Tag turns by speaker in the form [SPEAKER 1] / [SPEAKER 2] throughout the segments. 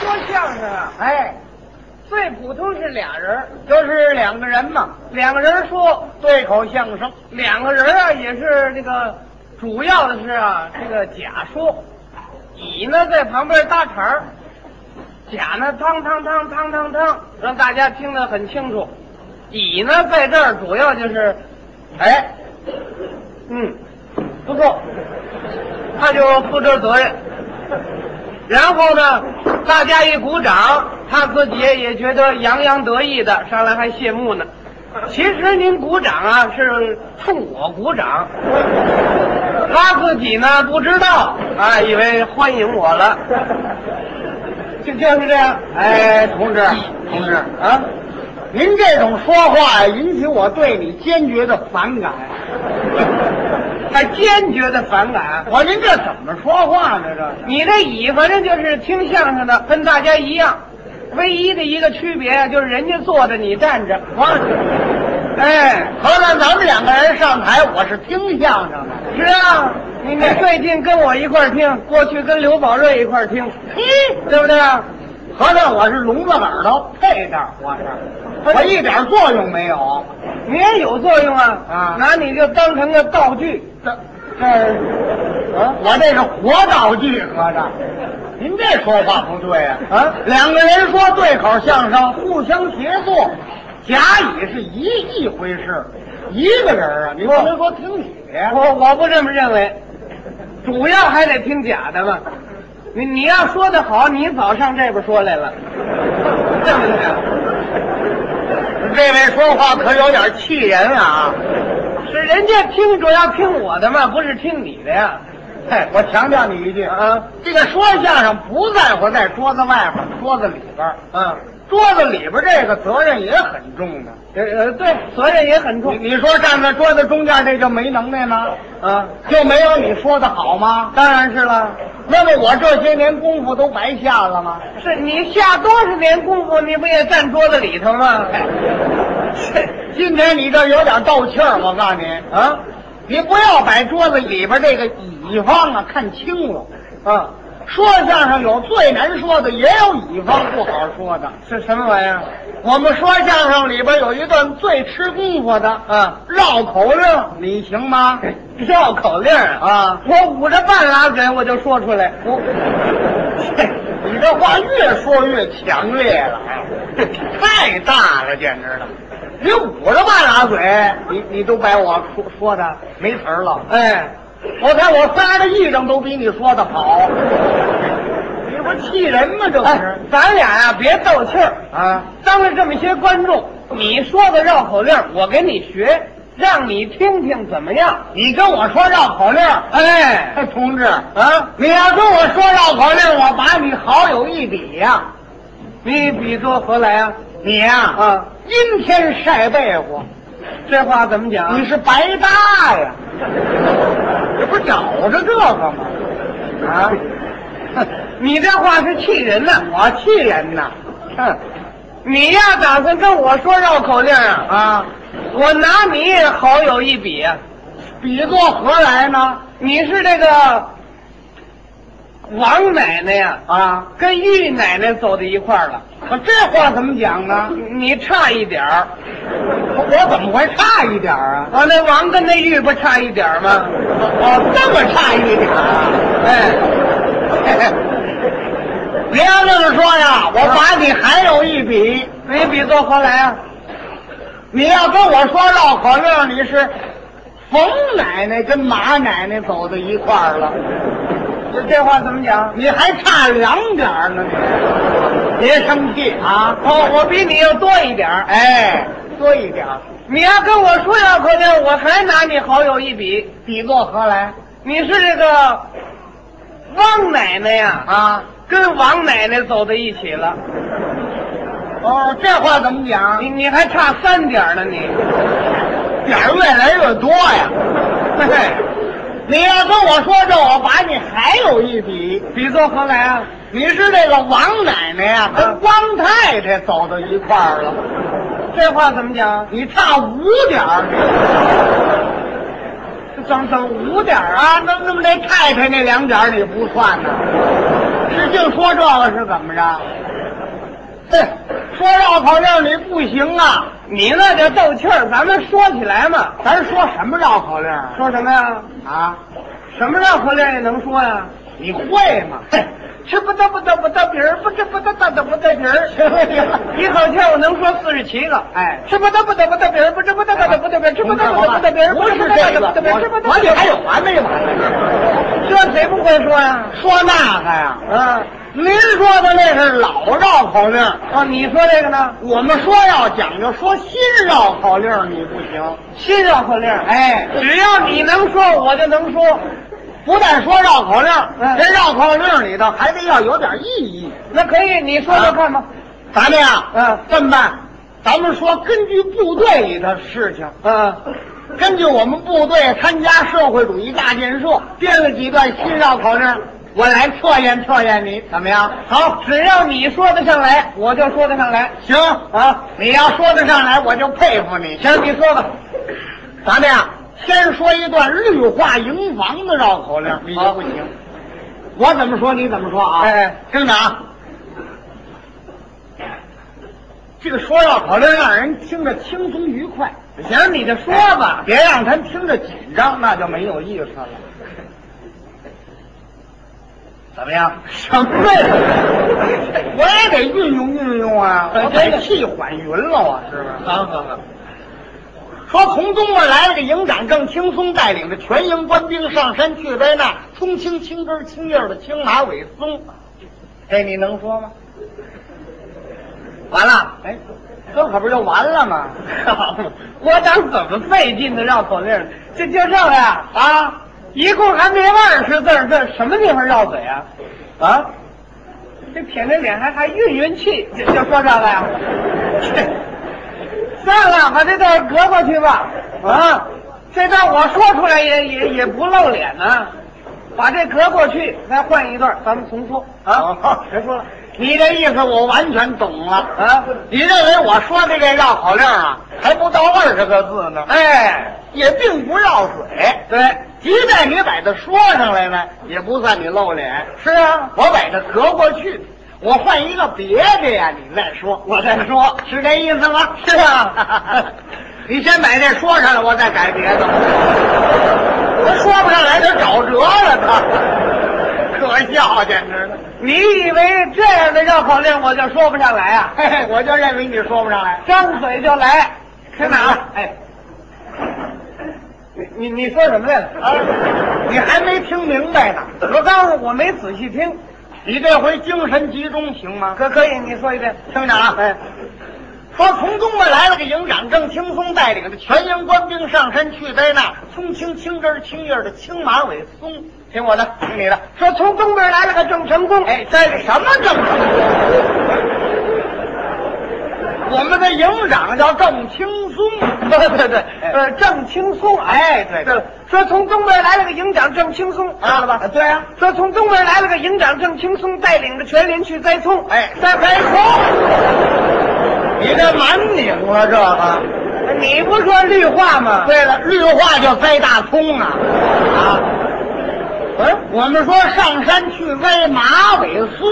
[SPEAKER 1] 说相声啊，
[SPEAKER 2] 哎，
[SPEAKER 1] 最普通是俩人儿，
[SPEAKER 2] 就是两个人嘛，两个人说对口相声，
[SPEAKER 1] 两个人儿啊也是这个，主要的是啊这个假说，乙呢在旁边搭茬儿，甲呢汤汤汤汤汤汤，让大家听得很清楚。乙呢在这儿主要就是，
[SPEAKER 2] 哎，
[SPEAKER 1] 嗯，
[SPEAKER 2] 不错，
[SPEAKER 1] 他就负这责任。然后呢，大家一鼓掌，他自己也觉得洋洋得意的，上来还谢幕呢。其实您鼓掌啊，是冲我鼓掌，他自己呢不知道啊，以为欢迎我了，就就是这样。
[SPEAKER 2] 哎，同志，同志，
[SPEAKER 1] 啊，
[SPEAKER 2] 您这种说话呀，引起我对你坚决的反感。
[SPEAKER 1] 他坚决的反感。
[SPEAKER 2] 我您这怎么说话呢？这
[SPEAKER 1] 你这乙反正就是听相声的，跟大家一样，唯一的一个区别啊，就是人家坐着，你站着。哎，
[SPEAKER 2] 合着咱们两个人上台，我是听相声的。
[SPEAKER 1] 是啊，你这最近跟我一块儿听，过去跟刘宝瑞一块儿听，
[SPEAKER 2] 嘿，
[SPEAKER 1] 对不对啊？
[SPEAKER 2] 合着我是聋子耳朵配的，我是，我一点作用没有。
[SPEAKER 1] 你也有作用啊，
[SPEAKER 2] 啊
[SPEAKER 1] 拿你就当成个道具。
[SPEAKER 2] 这这，啊，我这是活道具，合着。您这说话不对呀、啊！
[SPEAKER 1] 啊
[SPEAKER 2] 两个人说对口相声，互相协作，甲乙是一一回事，一个人啊，你不能说听你的呀。
[SPEAKER 1] 我我不这么认为，主要还得听假的嘛。你你要说的好，你早上这边说来 了，对不对？
[SPEAKER 2] 这位说话可有点气人啊！
[SPEAKER 1] 是人家听主要听我的嘛，不是听你的呀。
[SPEAKER 2] 嘿，我强调你一句呃
[SPEAKER 1] 啊，
[SPEAKER 2] 这个说相声不在乎在桌子外边、桌子里边，
[SPEAKER 1] 啊，
[SPEAKER 2] 桌子里边这个责任也很重的。
[SPEAKER 1] 呃呃，对，责任也很
[SPEAKER 2] 你
[SPEAKER 1] 重
[SPEAKER 2] 你说站在桌子中间这就没能耐吗？
[SPEAKER 1] 啊。
[SPEAKER 2] 就没有你说的好吗？
[SPEAKER 1] 当然是了，
[SPEAKER 2] 那么我这些年功夫都白下了吗？
[SPEAKER 1] 是你下多少年功夫，你不也站桌子里头吗？
[SPEAKER 2] 今天你这有点斗气儿，我告诉你，
[SPEAKER 1] 啊
[SPEAKER 2] 你不要把桌子里边这个乙方啊看清了。
[SPEAKER 1] 啊，
[SPEAKER 2] 说相声有最难说的，也有乙方不好说的。
[SPEAKER 1] 是什么玩意儿？
[SPEAKER 2] 我们说相声里边有一段最吃功夫的，
[SPEAKER 1] 啊，
[SPEAKER 2] 绕口令，你行吗？
[SPEAKER 1] 绕口令儿啊！
[SPEAKER 2] 啊，
[SPEAKER 1] 我捂着半拉嘴我就说出来，我
[SPEAKER 2] 你这话越说越强烈了，哎太大了，简直了！你捂着半拉嘴，你你都把我说说的没词儿了。
[SPEAKER 1] 哎，
[SPEAKER 2] 我看我仨的艺人都比你说的好，你不是气人吗？这不
[SPEAKER 1] 哎
[SPEAKER 2] 是、，
[SPEAKER 1] 咱俩呀、别斗气儿，
[SPEAKER 2] 啊？
[SPEAKER 1] 当着这么些观众，你说的绕口令儿我给你学，让你听听怎么样？
[SPEAKER 2] 你跟我说绕口令儿，
[SPEAKER 1] 哎，
[SPEAKER 2] 哎，同志，
[SPEAKER 1] 啊，
[SPEAKER 2] 你要跟我说绕口令儿，我把你好友一比呀、
[SPEAKER 1] 你比作何来啊？
[SPEAKER 2] 你呀、
[SPEAKER 1] 啊，
[SPEAKER 2] 阴天晒被窝，
[SPEAKER 1] 这话怎么讲？
[SPEAKER 2] 你是白搭呀？这不是找着这个吗？啊，
[SPEAKER 1] 你这话是气人呐！
[SPEAKER 2] 我气人呐！哼
[SPEAKER 1] 你要打算跟我说绕口令啊？
[SPEAKER 2] 啊，
[SPEAKER 1] 我拿你好友一比啊！
[SPEAKER 2] 比作何来呢？
[SPEAKER 1] 你是这个王奶奶呀、
[SPEAKER 2] 啊，
[SPEAKER 1] 跟玉奶奶走到一块儿了，
[SPEAKER 2] 可这话怎么讲呢？
[SPEAKER 1] 你差一点儿。
[SPEAKER 2] 我我怎么会差一点儿啊？
[SPEAKER 1] 完了，王跟那玉不差一点儿吗？
[SPEAKER 2] 哦，这么差一点儿啊？
[SPEAKER 1] 哎，
[SPEAKER 2] 别要这么说呀，我把你还有一比。
[SPEAKER 1] 你比作何来啊？
[SPEAKER 2] 你要跟我说绕口令，你是冯奶奶跟马奶奶走到一块儿了，
[SPEAKER 1] 这这话怎么讲？
[SPEAKER 2] 你还差两点儿呢。你别生气啊！
[SPEAKER 1] 哦，我比你要多一点儿。
[SPEAKER 2] 哎，多一点儿，
[SPEAKER 1] 你要跟我说绕口令，我还拿你好友一比。
[SPEAKER 2] 比作何来
[SPEAKER 1] 你是这个汪奶奶呀、
[SPEAKER 2] 啊？
[SPEAKER 1] 跟王奶奶走到一起了，
[SPEAKER 2] 哦，这话怎么讲
[SPEAKER 1] 你？你还差三点儿呢，你
[SPEAKER 2] 点儿越来越多呀。 嘿，你要跟我说这，我把你还有一比。
[SPEAKER 1] 比作何来啊？
[SPEAKER 2] 你是这个王奶奶呀、跟汪太太走到一块儿了。
[SPEAKER 1] 这话怎么讲？
[SPEAKER 2] 你差五点儿，
[SPEAKER 1] 整整五
[SPEAKER 2] 五点儿啊！那那么那太太那两点儿你不算呢？是净说这个是怎么着？哼，说绕口令你不行啊！
[SPEAKER 1] 你那叫斗气儿，咱们说起来嘛。
[SPEAKER 2] 咱说什么绕口令啊？
[SPEAKER 1] 说什么呀？
[SPEAKER 2] 啊，
[SPEAKER 1] 什么绕口令也能说呀？
[SPEAKER 2] 你会吗？
[SPEAKER 1] 嘿，吃不得不得不得皮儿，不吃不得得得不得皮儿。
[SPEAKER 2] 行了行了，
[SPEAKER 1] 一口气儿我能说四十七个。
[SPEAKER 2] 哎
[SPEAKER 1] 吃不得不得不得皮儿，不吃不得得得不得皮儿，吃不得不得不得皮儿，
[SPEAKER 2] 不是
[SPEAKER 1] 吃不得
[SPEAKER 2] 这
[SPEAKER 1] 得
[SPEAKER 2] 个，
[SPEAKER 1] 不得皮儿，吃不得不
[SPEAKER 2] 我我
[SPEAKER 1] 得
[SPEAKER 2] 这还有完没完呢？
[SPEAKER 1] 这谁不会说呀？
[SPEAKER 2] 说那个呀？
[SPEAKER 1] 啊，
[SPEAKER 2] 您说的那是老绕口令，
[SPEAKER 1] 哦，你说这个呢？
[SPEAKER 2] 我们说要讲究说新绕口令，你不行。
[SPEAKER 1] 新绕口令，哎，
[SPEAKER 2] 哎，
[SPEAKER 1] 只要你能说，我就能说。
[SPEAKER 2] 不但说绕口令，
[SPEAKER 1] 嗯
[SPEAKER 2] 这绕口令里头还得要有点意义。
[SPEAKER 1] 那可以，你说说看吧。
[SPEAKER 2] 咱们呀，
[SPEAKER 1] 嗯
[SPEAKER 2] 这么办，咱们说根据部队里的事情，
[SPEAKER 1] 嗯，
[SPEAKER 2] 根据我们部队参加社会主义大建设，编了几段新绕口令，我来测验测验你，怎么样？
[SPEAKER 1] 好，啊只要你说得上来，我就说得上来。
[SPEAKER 2] 行啊，你要说得上来，我就佩服你。
[SPEAKER 1] 行，你说吧。
[SPEAKER 2] 咱们呀，先说一段绿化营房的绕口令，你就不行。我怎么说你怎么说啊？
[SPEAKER 1] 哎哎，
[SPEAKER 2] 听着啊，这个说绕口令让人听着轻松愉快，
[SPEAKER 1] 行，你就说吧。
[SPEAKER 2] 别让他听着紧张，那就没有意思了。怎么样？什么呀？ 我也得运用运用啊！
[SPEAKER 1] 哎
[SPEAKER 2] 我
[SPEAKER 1] 真
[SPEAKER 2] 给
[SPEAKER 1] 的
[SPEAKER 2] 气缓匀了，我是不是？
[SPEAKER 1] 好好好，
[SPEAKER 2] 说从东面来了个营长郑青松带领着全营官兵上山去灾难，葱青青根青叶的青马尾松，这你能说吗？
[SPEAKER 1] 完了。
[SPEAKER 2] 哎，这可不就完了吗？
[SPEAKER 1] 我当怎么费劲的绕口令呢？这就这个呀，
[SPEAKER 2] 啊，
[SPEAKER 1] 一共还没二十字儿，这什么地方绕嘴啊？啊，这舔着脸还还运运气，就就说这个呀？算了，把这段隔过去吧。啊，这段我说出来也也也不露脸呢、把这隔过去，再换一段，咱们重说啊
[SPEAKER 2] 哦好。
[SPEAKER 1] 别说了
[SPEAKER 2] 你这意思我完全懂了
[SPEAKER 1] 啊。
[SPEAKER 2] 你认为我说的这绕口令啊，还不到二十个字呢，
[SPEAKER 1] 哎，
[SPEAKER 2] 也并不绕嘴。
[SPEAKER 1] 对，
[SPEAKER 2] 即便你把它说上来呢，也不算你露脸。
[SPEAKER 1] 是啊，
[SPEAKER 2] 我把它隔过去，我换一个别的呀，你再说，我再说，是这意思吗？
[SPEAKER 1] 是啊
[SPEAKER 2] 你先把这说上来，我再改别的。我说不上来，他找辙了， 他可笑，简直了。
[SPEAKER 1] 你以为这样的绕口令我就说不上来啊？
[SPEAKER 2] 嘿嘿，我就认为你说不上来。
[SPEAKER 1] 张嘴就来，开哪了？
[SPEAKER 2] 哎，
[SPEAKER 1] 你你你说什么来着？
[SPEAKER 2] 啊，你还没听明白呢，
[SPEAKER 1] 我告诉我没仔细听，
[SPEAKER 2] 你这回精神集中行吗？
[SPEAKER 1] 可可以？你说一遍。
[SPEAKER 2] 听着啊，
[SPEAKER 1] 哎，
[SPEAKER 2] 说从东边来了个营长郑青松带领着全营官兵上山去灾难，葱青青根青叶的青马尾松，听我的，听你的。
[SPEAKER 1] 说从东边来了个郑成功，
[SPEAKER 2] 哎，这是什么郑成功？我们的营长叫郑青松，
[SPEAKER 1] 对对对，
[SPEAKER 2] 哎
[SPEAKER 1] 呃，郑青松，
[SPEAKER 2] 哎对对
[SPEAKER 1] 了说从东边来了个营长郑青松，
[SPEAKER 2] 知道了吧？对啊，
[SPEAKER 1] 说从东边来了个营长郑青松，带领着全连去栽葱，
[SPEAKER 2] 哎
[SPEAKER 1] 栽白葱。
[SPEAKER 2] 你这蛮拧了这个。
[SPEAKER 1] 你不说绿化吗？
[SPEAKER 2] 对了，绿化就栽大葱啊啊！不
[SPEAKER 1] 嗯
[SPEAKER 2] 是，我们说上山去栽马尾松，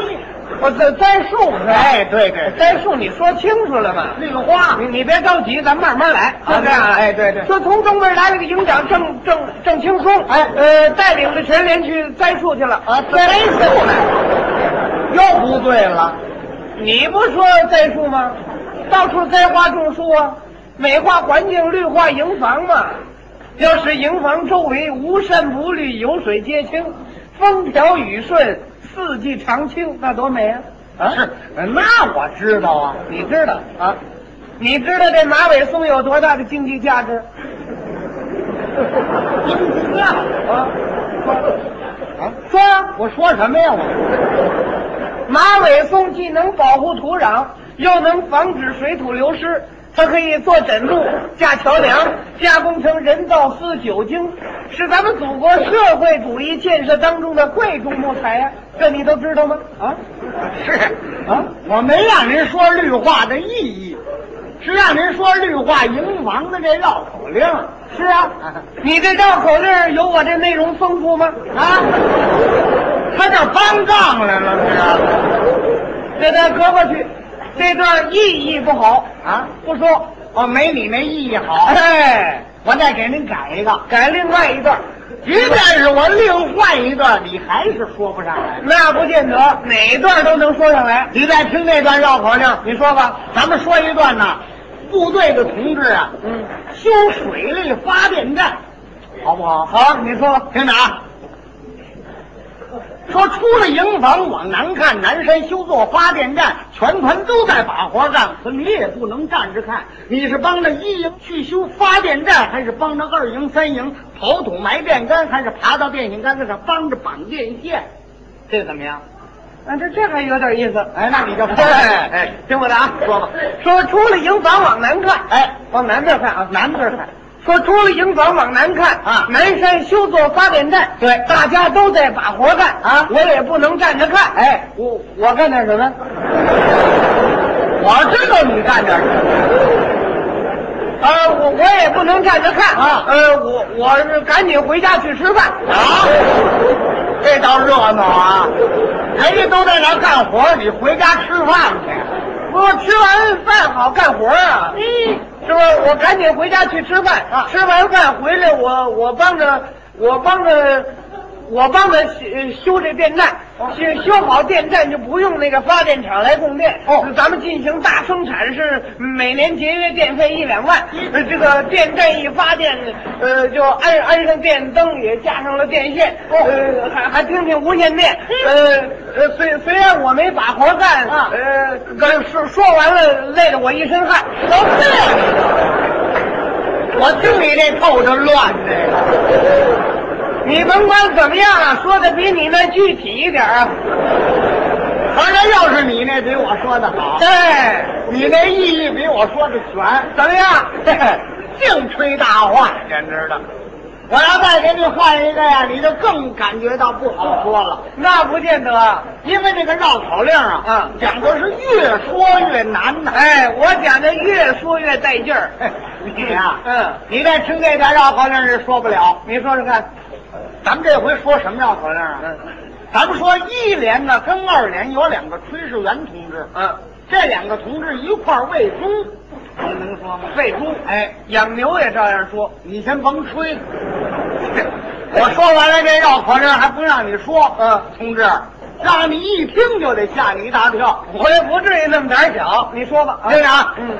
[SPEAKER 1] 我栽哦栽树，
[SPEAKER 2] 哎，对对，
[SPEAKER 1] 栽树，你说清楚了吗？
[SPEAKER 2] 绿化
[SPEAKER 1] 你你别着急，咱慢慢来，
[SPEAKER 2] 啊
[SPEAKER 1] 就这样啊。
[SPEAKER 2] 哎对对
[SPEAKER 1] 说从东边来了个营长郑郑郑青松，
[SPEAKER 2] 哎
[SPEAKER 1] 呃，带领着全连去栽树去了
[SPEAKER 2] 啊
[SPEAKER 1] 栽
[SPEAKER 2] 栽
[SPEAKER 1] 树
[SPEAKER 2] 树
[SPEAKER 1] 呢？
[SPEAKER 2] 又不对了。
[SPEAKER 1] 你不说栽树吗？到处栽花种树啊，美化环境，绿化营房嘛。要使营房周围无山不绿，有水皆清，风调雨顺，四季常青，那多美啊！
[SPEAKER 2] 啊，是，那我知道啊，
[SPEAKER 1] 你知道，
[SPEAKER 2] 啊，
[SPEAKER 1] 你知道这马尾松有多大的经济价值？
[SPEAKER 2] 经济价啊啊！
[SPEAKER 1] 说啊。
[SPEAKER 2] 我说什么呀？我
[SPEAKER 1] 马尾松既能保护土壤，又能防止水土流失。它可以做枕木、架桥梁、加工成人造丝、酒精，是咱们祖国社会主义建设当中的贵重木材呀、这你都知道吗？啊
[SPEAKER 2] 是
[SPEAKER 1] 啊！
[SPEAKER 2] 我没让您说绿化的意义，是让您说绿化营房的这绕口令啊
[SPEAKER 1] 是啊，你这绕口令有我这内容丰富吗？
[SPEAKER 2] 啊！他这翻杠来了？这
[SPEAKER 1] 啊这段搁过去，这段意义不好，
[SPEAKER 2] 啊，
[SPEAKER 1] 不说。
[SPEAKER 2] 哦，没你那意义好，
[SPEAKER 1] 哎，
[SPEAKER 2] 我再给您改一个。
[SPEAKER 1] 改另外一段，
[SPEAKER 2] 即便是我另换一段，你还是说不上来。
[SPEAKER 1] 那不见得哪段都能说上来。
[SPEAKER 2] 你再听那段绕口令，你说吧，咱们说一段呢。部队的同志啊，
[SPEAKER 1] 嗯，
[SPEAKER 2] 修水利发电站，好不好？
[SPEAKER 1] 好，你说吧。
[SPEAKER 2] 听着啊，说出了营房往南看，南山修座发电站，全团都在把活干，可你也不能站着看。你是帮着一营去修发电站，还是帮着二营、三营刨土埋电杆，还是爬到电线杆子上帮着绑电线？这怎么样？
[SPEAKER 1] 啊，这这还有点意思。
[SPEAKER 2] 哎，那你就
[SPEAKER 1] 哎
[SPEAKER 2] 哎
[SPEAKER 1] 听我的啊，
[SPEAKER 2] 说吧
[SPEAKER 1] 说出了营房往南看，
[SPEAKER 2] 哎，
[SPEAKER 1] 往南边看啊，
[SPEAKER 2] 南边看。
[SPEAKER 1] 说出了营房往南看
[SPEAKER 2] 啊
[SPEAKER 1] 南山修座发电站，
[SPEAKER 2] 对
[SPEAKER 1] 大家都在把活干
[SPEAKER 2] 啊
[SPEAKER 1] 我也不能站着看。
[SPEAKER 2] 哎，
[SPEAKER 1] 我我干点什么？
[SPEAKER 2] 我知道你干点什么。
[SPEAKER 1] 呃，我我也不能站着看
[SPEAKER 2] 啊
[SPEAKER 1] 呃，我我是赶紧回家去吃饭。
[SPEAKER 2] 啊，这倒热闹啊！人家都在那儿干活，你回家吃饭去。
[SPEAKER 1] 不是吃完饭好干活啊，是吧？我赶紧回家去吃饭，
[SPEAKER 2] 嗯啊
[SPEAKER 1] 吃完饭回来我我帮着我帮着我帮着修修这电站，
[SPEAKER 2] 哦
[SPEAKER 1] 修修好电站就不用那个发电厂来供电。
[SPEAKER 2] 哦
[SPEAKER 1] 咱们进行大生产是每年节约电费一两万，
[SPEAKER 2] 嗯
[SPEAKER 1] 呃这个电站一发电，呃就安安上电灯，也加上了电线，
[SPEAKER 2] 哦嗯
[SPEAKER 1] 呃还还听听无线电，呃呃虽虽然我没把活干，
[SPEAKER 2] 啊
[SPEAKER 1] 呃，刚说说完了，累得我一身汗。
[SPEAKER 2] 什么呀？我听你这透着乱的，
[SPEAKER 1] 你甭管怎么样啊，说的比你那具体一点啊。
[SPEAKER 2] 反正要是你那比我说的好，
[SPEAKER 1] 哎，
[SPEAKER 2] 你那意义比我说的全，
[SPEAKER 1] 怎么样？
[SPEAKER 2] 净吹大话，简直的。我要再给你换一个呀，你就更感觉到不好说了。
[SPEAKER 1] 那不见得。
[SPEAKER 2] 因为这个绕口令啊，
[SPEAKER 1] 啊
[SPEAKER 2] 讲的是越说越难呐。
[SPEAKER 1] 哎，我讲的越说越带劲儿。
[SPEAKER 2] 哎你呀、
[SPEAKER 1] 嗯，
[SPEAKER 2] 你再听这段绕口令是说不了。
[SPEAKER 1] 你说说看。
[SPEAKER 2] 咱们这回说什么绕口令啊？
[SPEAKER 1] 嗯
[SPEAKER 2] 咱们说一连呢跟二连有两个炊事员同志，
[SPEAKER 1] 嗯，
[SPEAKER 2] 这两个同志一块儿喂猪，你能说吗？
[SPEAKER 1] 喂猪，
[SPEAKER 2] 哎，
[SPEAKER 1] 养牛也照样说。
[SPEAKER 2] 你先甭吹， 我说完了这绕口令还不让你说，
[SPEAKER 1] 嗯
[SPEAKER 2] 同志，让你一听就得吓你一大跳。
[SPEAKER 1] 我也不至于那么胆小。你说吧。
[SPEAKER 2] 对啊
[SPEAKER 1] 嗯，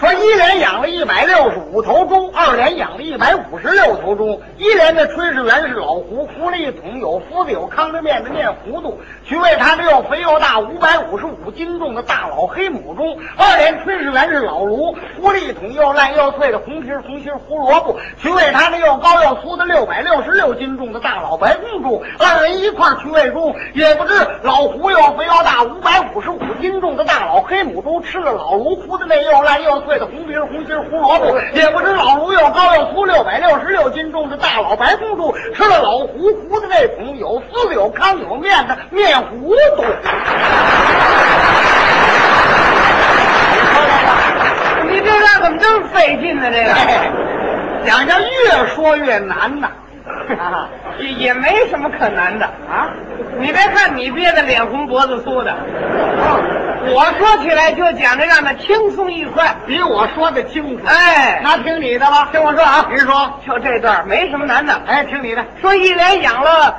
[SPEAKER 2] 说一连养了一百六十五头猪，二连养了一百五十六头猪。一连的炊事员是老胡，胡了一桶有麸子有糠着面的面糊涂，去喂它这又肥又大五百五十五斤重的大老黑母猪。二连炊事员是老卢，糊了一桶又烂又脆的红皮儿红心儿胡萝卜，去喂它那又高又粗的六百六十六斤重的大老白公猪。二人一块儿去喂猪，也不知老胡又肥又大五百五十五斤重的大老黑母猪吃了老卢糊的那又烂又脆的红皮儿红心儿胡萝卜，也不知老卢又高又粗六百六十六斤重的大老白公猪吃了老胡糊的那桶有丝有糠有面的面糊涂。
[SPEAKER 1] 你这段怎么这么费劲呢？这个
[SPEAKER 2] 哎 讲讲越说越难呐。啊
[SPEAKER 1] 也也没什么可难的。
[SPEAKER 2] 啊！
[SPEAKER 1] 你别看你憋得脸红脖子粗的，我说起来就讲的让他轻松愉快。
[SPEAKER 2] 比我说的清楚。
[SPEAKER 1] 哎，
[SPEAKER 2] 那听你的吧，听我说啊。您说，
[SPEAKER 1] 就这段没什么难的。
[SPEAKER 2] 哎，听你的。
[SPEAKER 1] 说一连养了，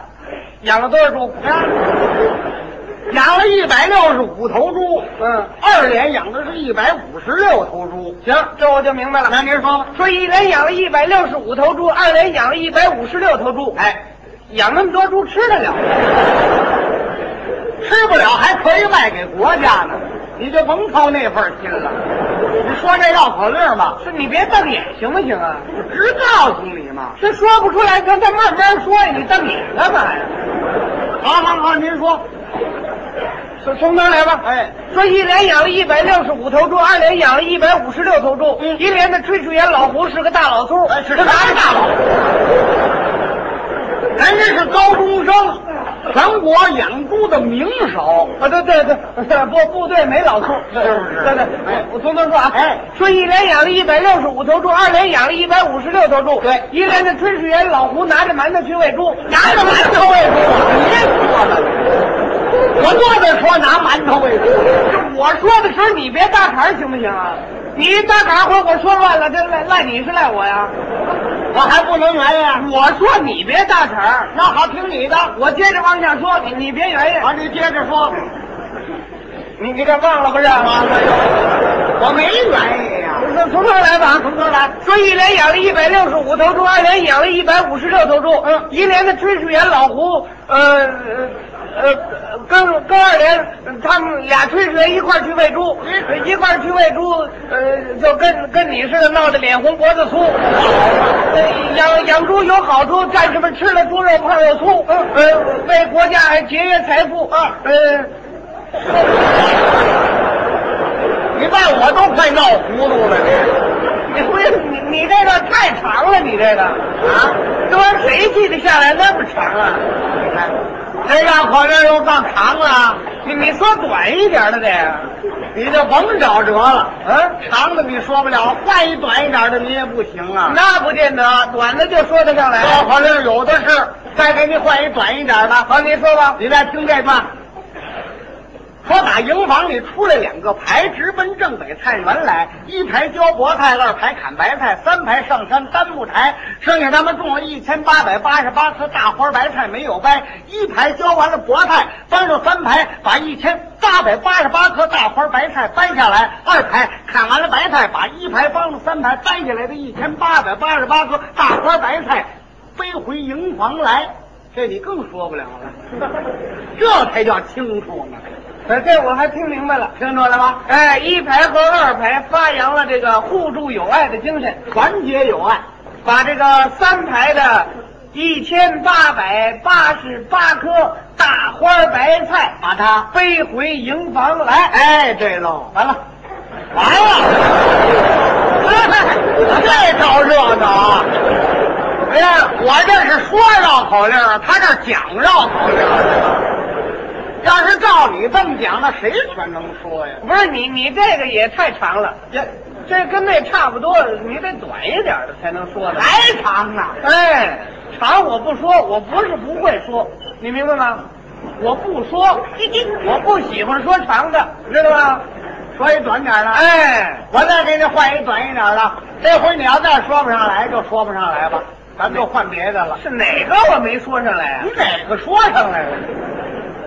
[SPEAKER 1] 养了多少猪？
[SPEAKER 2] 啊，养了一百六十五头猪，
[SPEAKER 1] 嗯，
[SPEAKER 2] 二连养的是一百五十六头猪。
[SPEAKER 1] 行，这我就明白了。
[SPEAKER 2] 那您说吧。
[SPEAKER 1] 说一连养了一百六十五头猪，二连养了一百五十六头猪。
[SPEAKER 2] 哎，
[SPEAKER 1] 养那么多猪吃得了？
[SPEAKER 2] 吃不了还可以卖给国家呢，你就甭操那份心了。你说这绕口令吧，
[SPEAKER 1] 是你别瞪眼行不行啊？
[SPEAKER 2] 我直告诉你嘛。
[SPEAKER 1] 这说不出来，咱咱慢慢说呀。你瞪眼干嘛呀？
[SPEAKER 2] 好好好，您说。
[SPEAKER 1] 从从头来吧。
[SPEAKER 2] 哎，
[SPEAKER 1] 说一连养了一百六十五头猪，二连养了一百五十六头猪。
[SPEAKER 2] 嗯
[SPEAKER 1] 一连的炊事员老胡是个大老粗，
[SPEAKER 2] 哎是啥是大佬？ 人家是高中生，全国养猪的名手。
[SPEAKER 1] 啊，对对 对，部部队没老粗，
[SPEAKER 2] 是不是
[SPEAKER 1] 对对，
[SPEAKER 2] 哎
[SPEAKER 1] 我从头说啊，
[SPEAKER 2] 哎
[SPEAKER 1] 说一连养了一百六十五头猪，二连养了一百五十六头猪。
[SPEAKER 2] 对
[SPEAKER 1] 一连的炊事员老胡拿着馒头去喂猪，
[SPEAKER 2] 拿着馒头喂猪，你这
[SPEAKER 1] 你别搭茬儿行不行啊？你一搭茬儿，我说乱了，这赖赖你是赖我呀？
[SPEAKER 2] 我还不能原谅。
[SPEAKER 1] 我说你别搭茬儿，
[SPEAKER 2] 那好，听你的。
[SPEAKER 1] 我接着往下说，你你别原
[SPEAKER 2] 啊，
[SPEAKER 1] 谅。
[SPEAKER 2] 你接着说。你你这忘了不是？忘了。我没原因啊呀。
[SPEAKER 1] 从从头来吧，
[SPEAKER 2] 从头来。
[SPEAKER 1] 说一连养了一百六十五头猪，二连养了一百五十六头猪。
[SPEAKER 2] 嗯
[SPEAKER 1] 一连的炊事员老胡，呃呃呃，跟跟二连他们俩炊事员一块儿去喂猪，呃
[SPEAKER 2] 嗯
[SPEAKER 1] 一块儿去喂猪，呃，就跟跟你似的，闹得脸红脖子粗。呃养养猪有好处，战士们吃了猪肉胖肉粗，
[SPEAKER 2] 嗯
[SPEAKER 1] 呃，为国家还节约财富。啊，呃。
[SPEAKER 2] 你把我都快闹糊涂了，这
[SPEAKER 1] 你不是你你这个太长了，你这个啊，这玩意儿谁记得下来那么长啊？
[SPEAKER 2] 你看，哎这绕口令又放长了，
[SPEAKER 1] 你你说短一点的得，
[SPEAKER 2] 你就甭找辙了。
[SPEAKER 1] 嗯，
[SPEAKER 2] 长的你说不了，换一短一点的你也不行啊。
[SPEAKER 1] 那不见得，短的就说得上来。
[SPEAKER 2] 绕口令有的是，再给你换一短一点的。啊
[SPEAKER 1] 好，您说吧。
[SPEAKER 2] 你再听这段，说打营房里出来两个排，直奔正北菜园来。一排浇菠菜，二排砍白菜，三排上山担木柴。剩下他们种了一千八百八十八棵大花白菜，没有掰。一排浇完了菠菜，搬上三排，把一千八百八十八棵大花白菜掰下来。二排砍完了白菜，把一排帮着三排掰下来的一千八百八十八棵大花白菜背回营房来。这你更说不了了，这才叫清楚呢。
[SPEAKER 1] 呃，这我还听明白了。
[SPEAKER 2] 听出来吧？
[SPEAKER 1] 哎，一排和二排发扬了这个互助友爱的精神，
[SPEAKER 2] 团结友爱，
[SPEAKER 1] 把这个三排的一千八百八十八棵大花白菜
[SPEAKER 2] 把它
[SPEAKER 1] 背回营房来。
[SPEAKER 2] 哎，对喽，完了，完了，哎、这找热闹啊！哎呀，我这是说绕口令儿，他这儿讲绕口令儿。要是照你这么讲，那谁全能说呀？
[SPEAKER 1] 不是你，你这个也太长了，
[SPEAKER 2] 也
[SPEAKER 1] 这跟那差不多，你得短一点的才能说呢。
[SPEAKER 2] 还长呢。
[SPEAKER 1] 哎，长我不说，我不是不会说，你明白吗？我不说，我不喜欢说长的，知道吗？
[SPEAKER 2] 说一短点儿的，哎，
[SPEAKER 1] 哎，
[SPEAKER 2] 我再给你换一短一点儿的。这回你要再说不上来，就说不上来吧，咱们就换别的了。
[SPEAKER 1] 是哪个我没说上来啊
[SPEAKER 2] 你？哪个说上来了？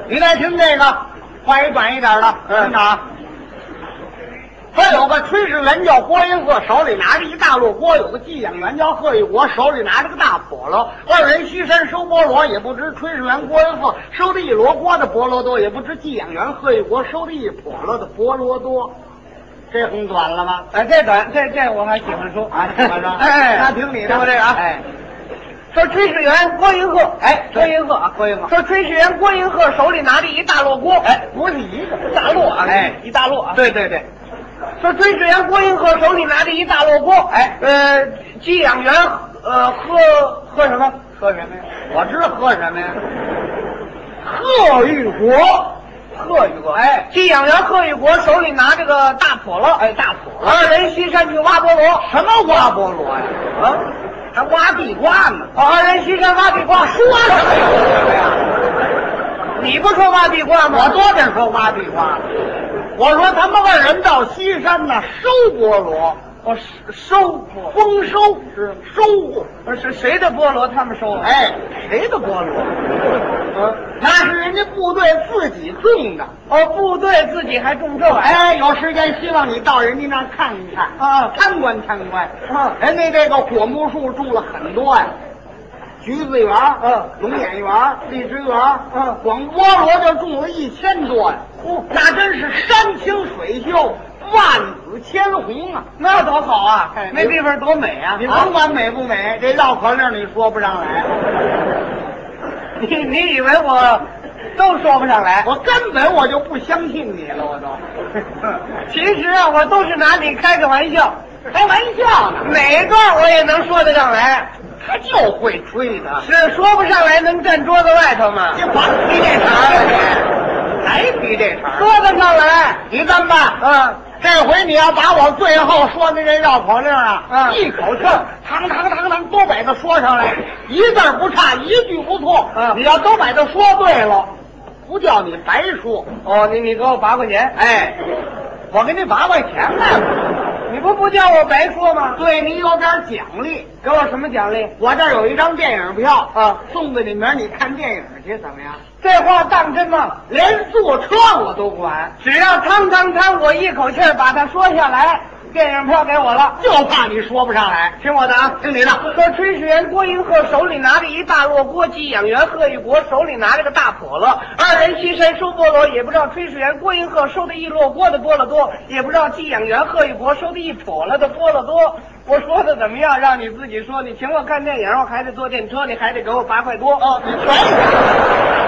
[SPEAKER 2] 你再听这个，换一短一点的，
[SPEAKER 1] 嗯
[SPEAKER 2] 听着啊。他有个炊事员叫郭英鹤，手里拿着一大摞锅；有个寄养员叫贺一国，手里拿着个大笸箩。二人西山收菠萝，也不知炊事员郭英鹤收的一箩锅的菠萝多，也不知寄养员贺一国收的一笸箩的菠萝多。这很短了吧？
[SPEAKER 1] 哎，这短这这我还喜欢说
[SPEAKER 2] 啊喜欢说
[SPEAKER 1] 哎，
[SPEAKER 2] 那听你的
[SPEAKER 1] 听我这个啊，
[SPEAKER 2] 哎，
[SPEAKER 1] 说炊事员郭云鹤，哎，
[SPEAKER 2] 对
[SPEAKER 1] 郭云鹤啊，
[SPEAKER 2] 郭云鹤
[SPEAKER 1] 说炊事员郭云鹤手里拿着一大摞锅，哎，
[SPEAKER 2] 不是一个，
[SPEAKER 1] 大摞啊，
[SPEAKER 2] 哎
[SPEAKER 1] 一大摞啊，
[SPEAKER 2] 对对对，
[SPEAKER 1] 说炊事员郭云鹤手里拿着一大摞锅，哎，呃，寄养员呃喝喝什么？
[SPEAKER 2] 喝什么呀？我知道喝什么呀？贺玉国，贺玉国，哎，
[SPEAKER 1] 寄养员贺玉国手里拿着个大笸箩，哎，大笸箩，二人西山去挖菠萝
[SPEAKER 2] 什么挖菠萝呀？
[SPEAKER 1] 啊，
[SPEAKER 2] 还挖地瓜呢？
[SPEAKER 1] 哦二人西山挖地瓜，说
[SPEAKER 2] 什么呀？
[SPEAKER 1] 你不说挖地瓜吗？
[SPEAKER 2] 我多点说挖地瓜了。我说他们二人到西山呢，收菠萝，
[SPEAKER 1] 我收过，
[SPEAKER 2] 丰收是收获。
[SPEAKER 1] 不是谁的菠萝他们收啊？
[SPEAKER 2] 哎，谁的菠萝？
[SPEAKER 1] 嗯，
[SPEAKER 2] 那是人家部队自己种的。
[SPEAKER 1] 哦，部队自己还种这玩意儿
[SPEAKER 2] 哎，有时间希望你到人家那儿看一看
[SPEAKER 1] 啊
[SPEAKER 2] 参观参观。
[SPEAKER 1] 啊
[SPEAKER 2] 人家这个果木树种了很多呀、橘子园儿，
[SPEAKER 1] 嗯
[SPEAKER 2] 龙眼园儿，荔枝园儿，
[SPEAKER 1] 嗯
[SPEAKER 2] 广菠萝就种了一千多呀、
[SPEAKER 1] 哦
[SPEAKER 2] 那真是山清水秀，万紫千红啊！
[SPEAKER 1] 那多好啊
[SPEAKER 2] 哎！
[SPEAKER 1] 那地方多美啊！
[SPEAKER 2] 你
[SPEAKER 1] 啊
[SPEAKER 2] 甭管美不美，这绕口令你说不上来，
[SPEAKER 1] 你 你以为我都说不上来？
[SPEAKER 2] 我根本我就不相信你了，我都。
[SPEAKER 1] 其实啊，我都是拿你开个玩笑，
[SPEAKER 2] 开玩笑呢，
[SPEAKER 1] 哪段我也能说得上来。
[SPEAKER 2] 他就会吹的。
[SPEAKER 1] 是啊说不上来，能站桌子外头吗
[SPEAKER 2] 你？甭提这茬儿了，还提这茬
[SPEAKER 1] 说
[SPEAKER 2] 儿？
[SPEAKER 1] 得上来，
[SPEAKER 2] 你这么办，
[SPEAKER 1] 嗯，
[SPEAKER 2] 这回你要把我最后说的这绕口令啊，
[SPEAKER 1] 嗯
[SPEAKER 2] 一口气儿，堂堂堂堂都把它说上来，一字儿不差，一句不错。
[SPEAKER 1] 嗯
[SPEAKER 2] 你要都把它说对了，不叫你白说。
[SPEAKER 1] 哦，你你给我八块钱，
[SPEAKER 2] 哎，
[SPEAKER 3] 我给你八块钱吧。
[SPEAKER 2] 你不不叫我白说吗？
[SPEAKER 3] 对你有点奖励，
[SPEAKER 2] 给我什么奖励？
[SPEAKER 3] 我这儿有一张电影票
[SPEAKER 2] 啊，
[SPEAKER 3] 送给你，明儿你看电影去，怎么样？
[SPEAKER 2] 这话当真吗？
[SPEAKER 3] 连坐车我都管，
[SPEAKER 2] 只要汤汤汤，我一口气儿把它说下来，电影票给我了。
[SPEAKER 3] 就怕你说不上来。
[SPEAKER 2] 听我的啊，
[SPEAKER 3] 听你的
[SPEAKER 2] 说炊事员郭英鹤手里拿着一大摞锅鸡，养员贺玉国手里拿着个大笸箩，二人西山收菠萝，也不知道炊事员郭英鹤收的一摞锅的菠萝多，也不知道寄养员贺玉国收的一笸箩的菠萝多。我说的怎么样？让你自己说。你请我看电影，我还得坐电车，你还得给我八块多。
[SPEAKER 3] 哦，你全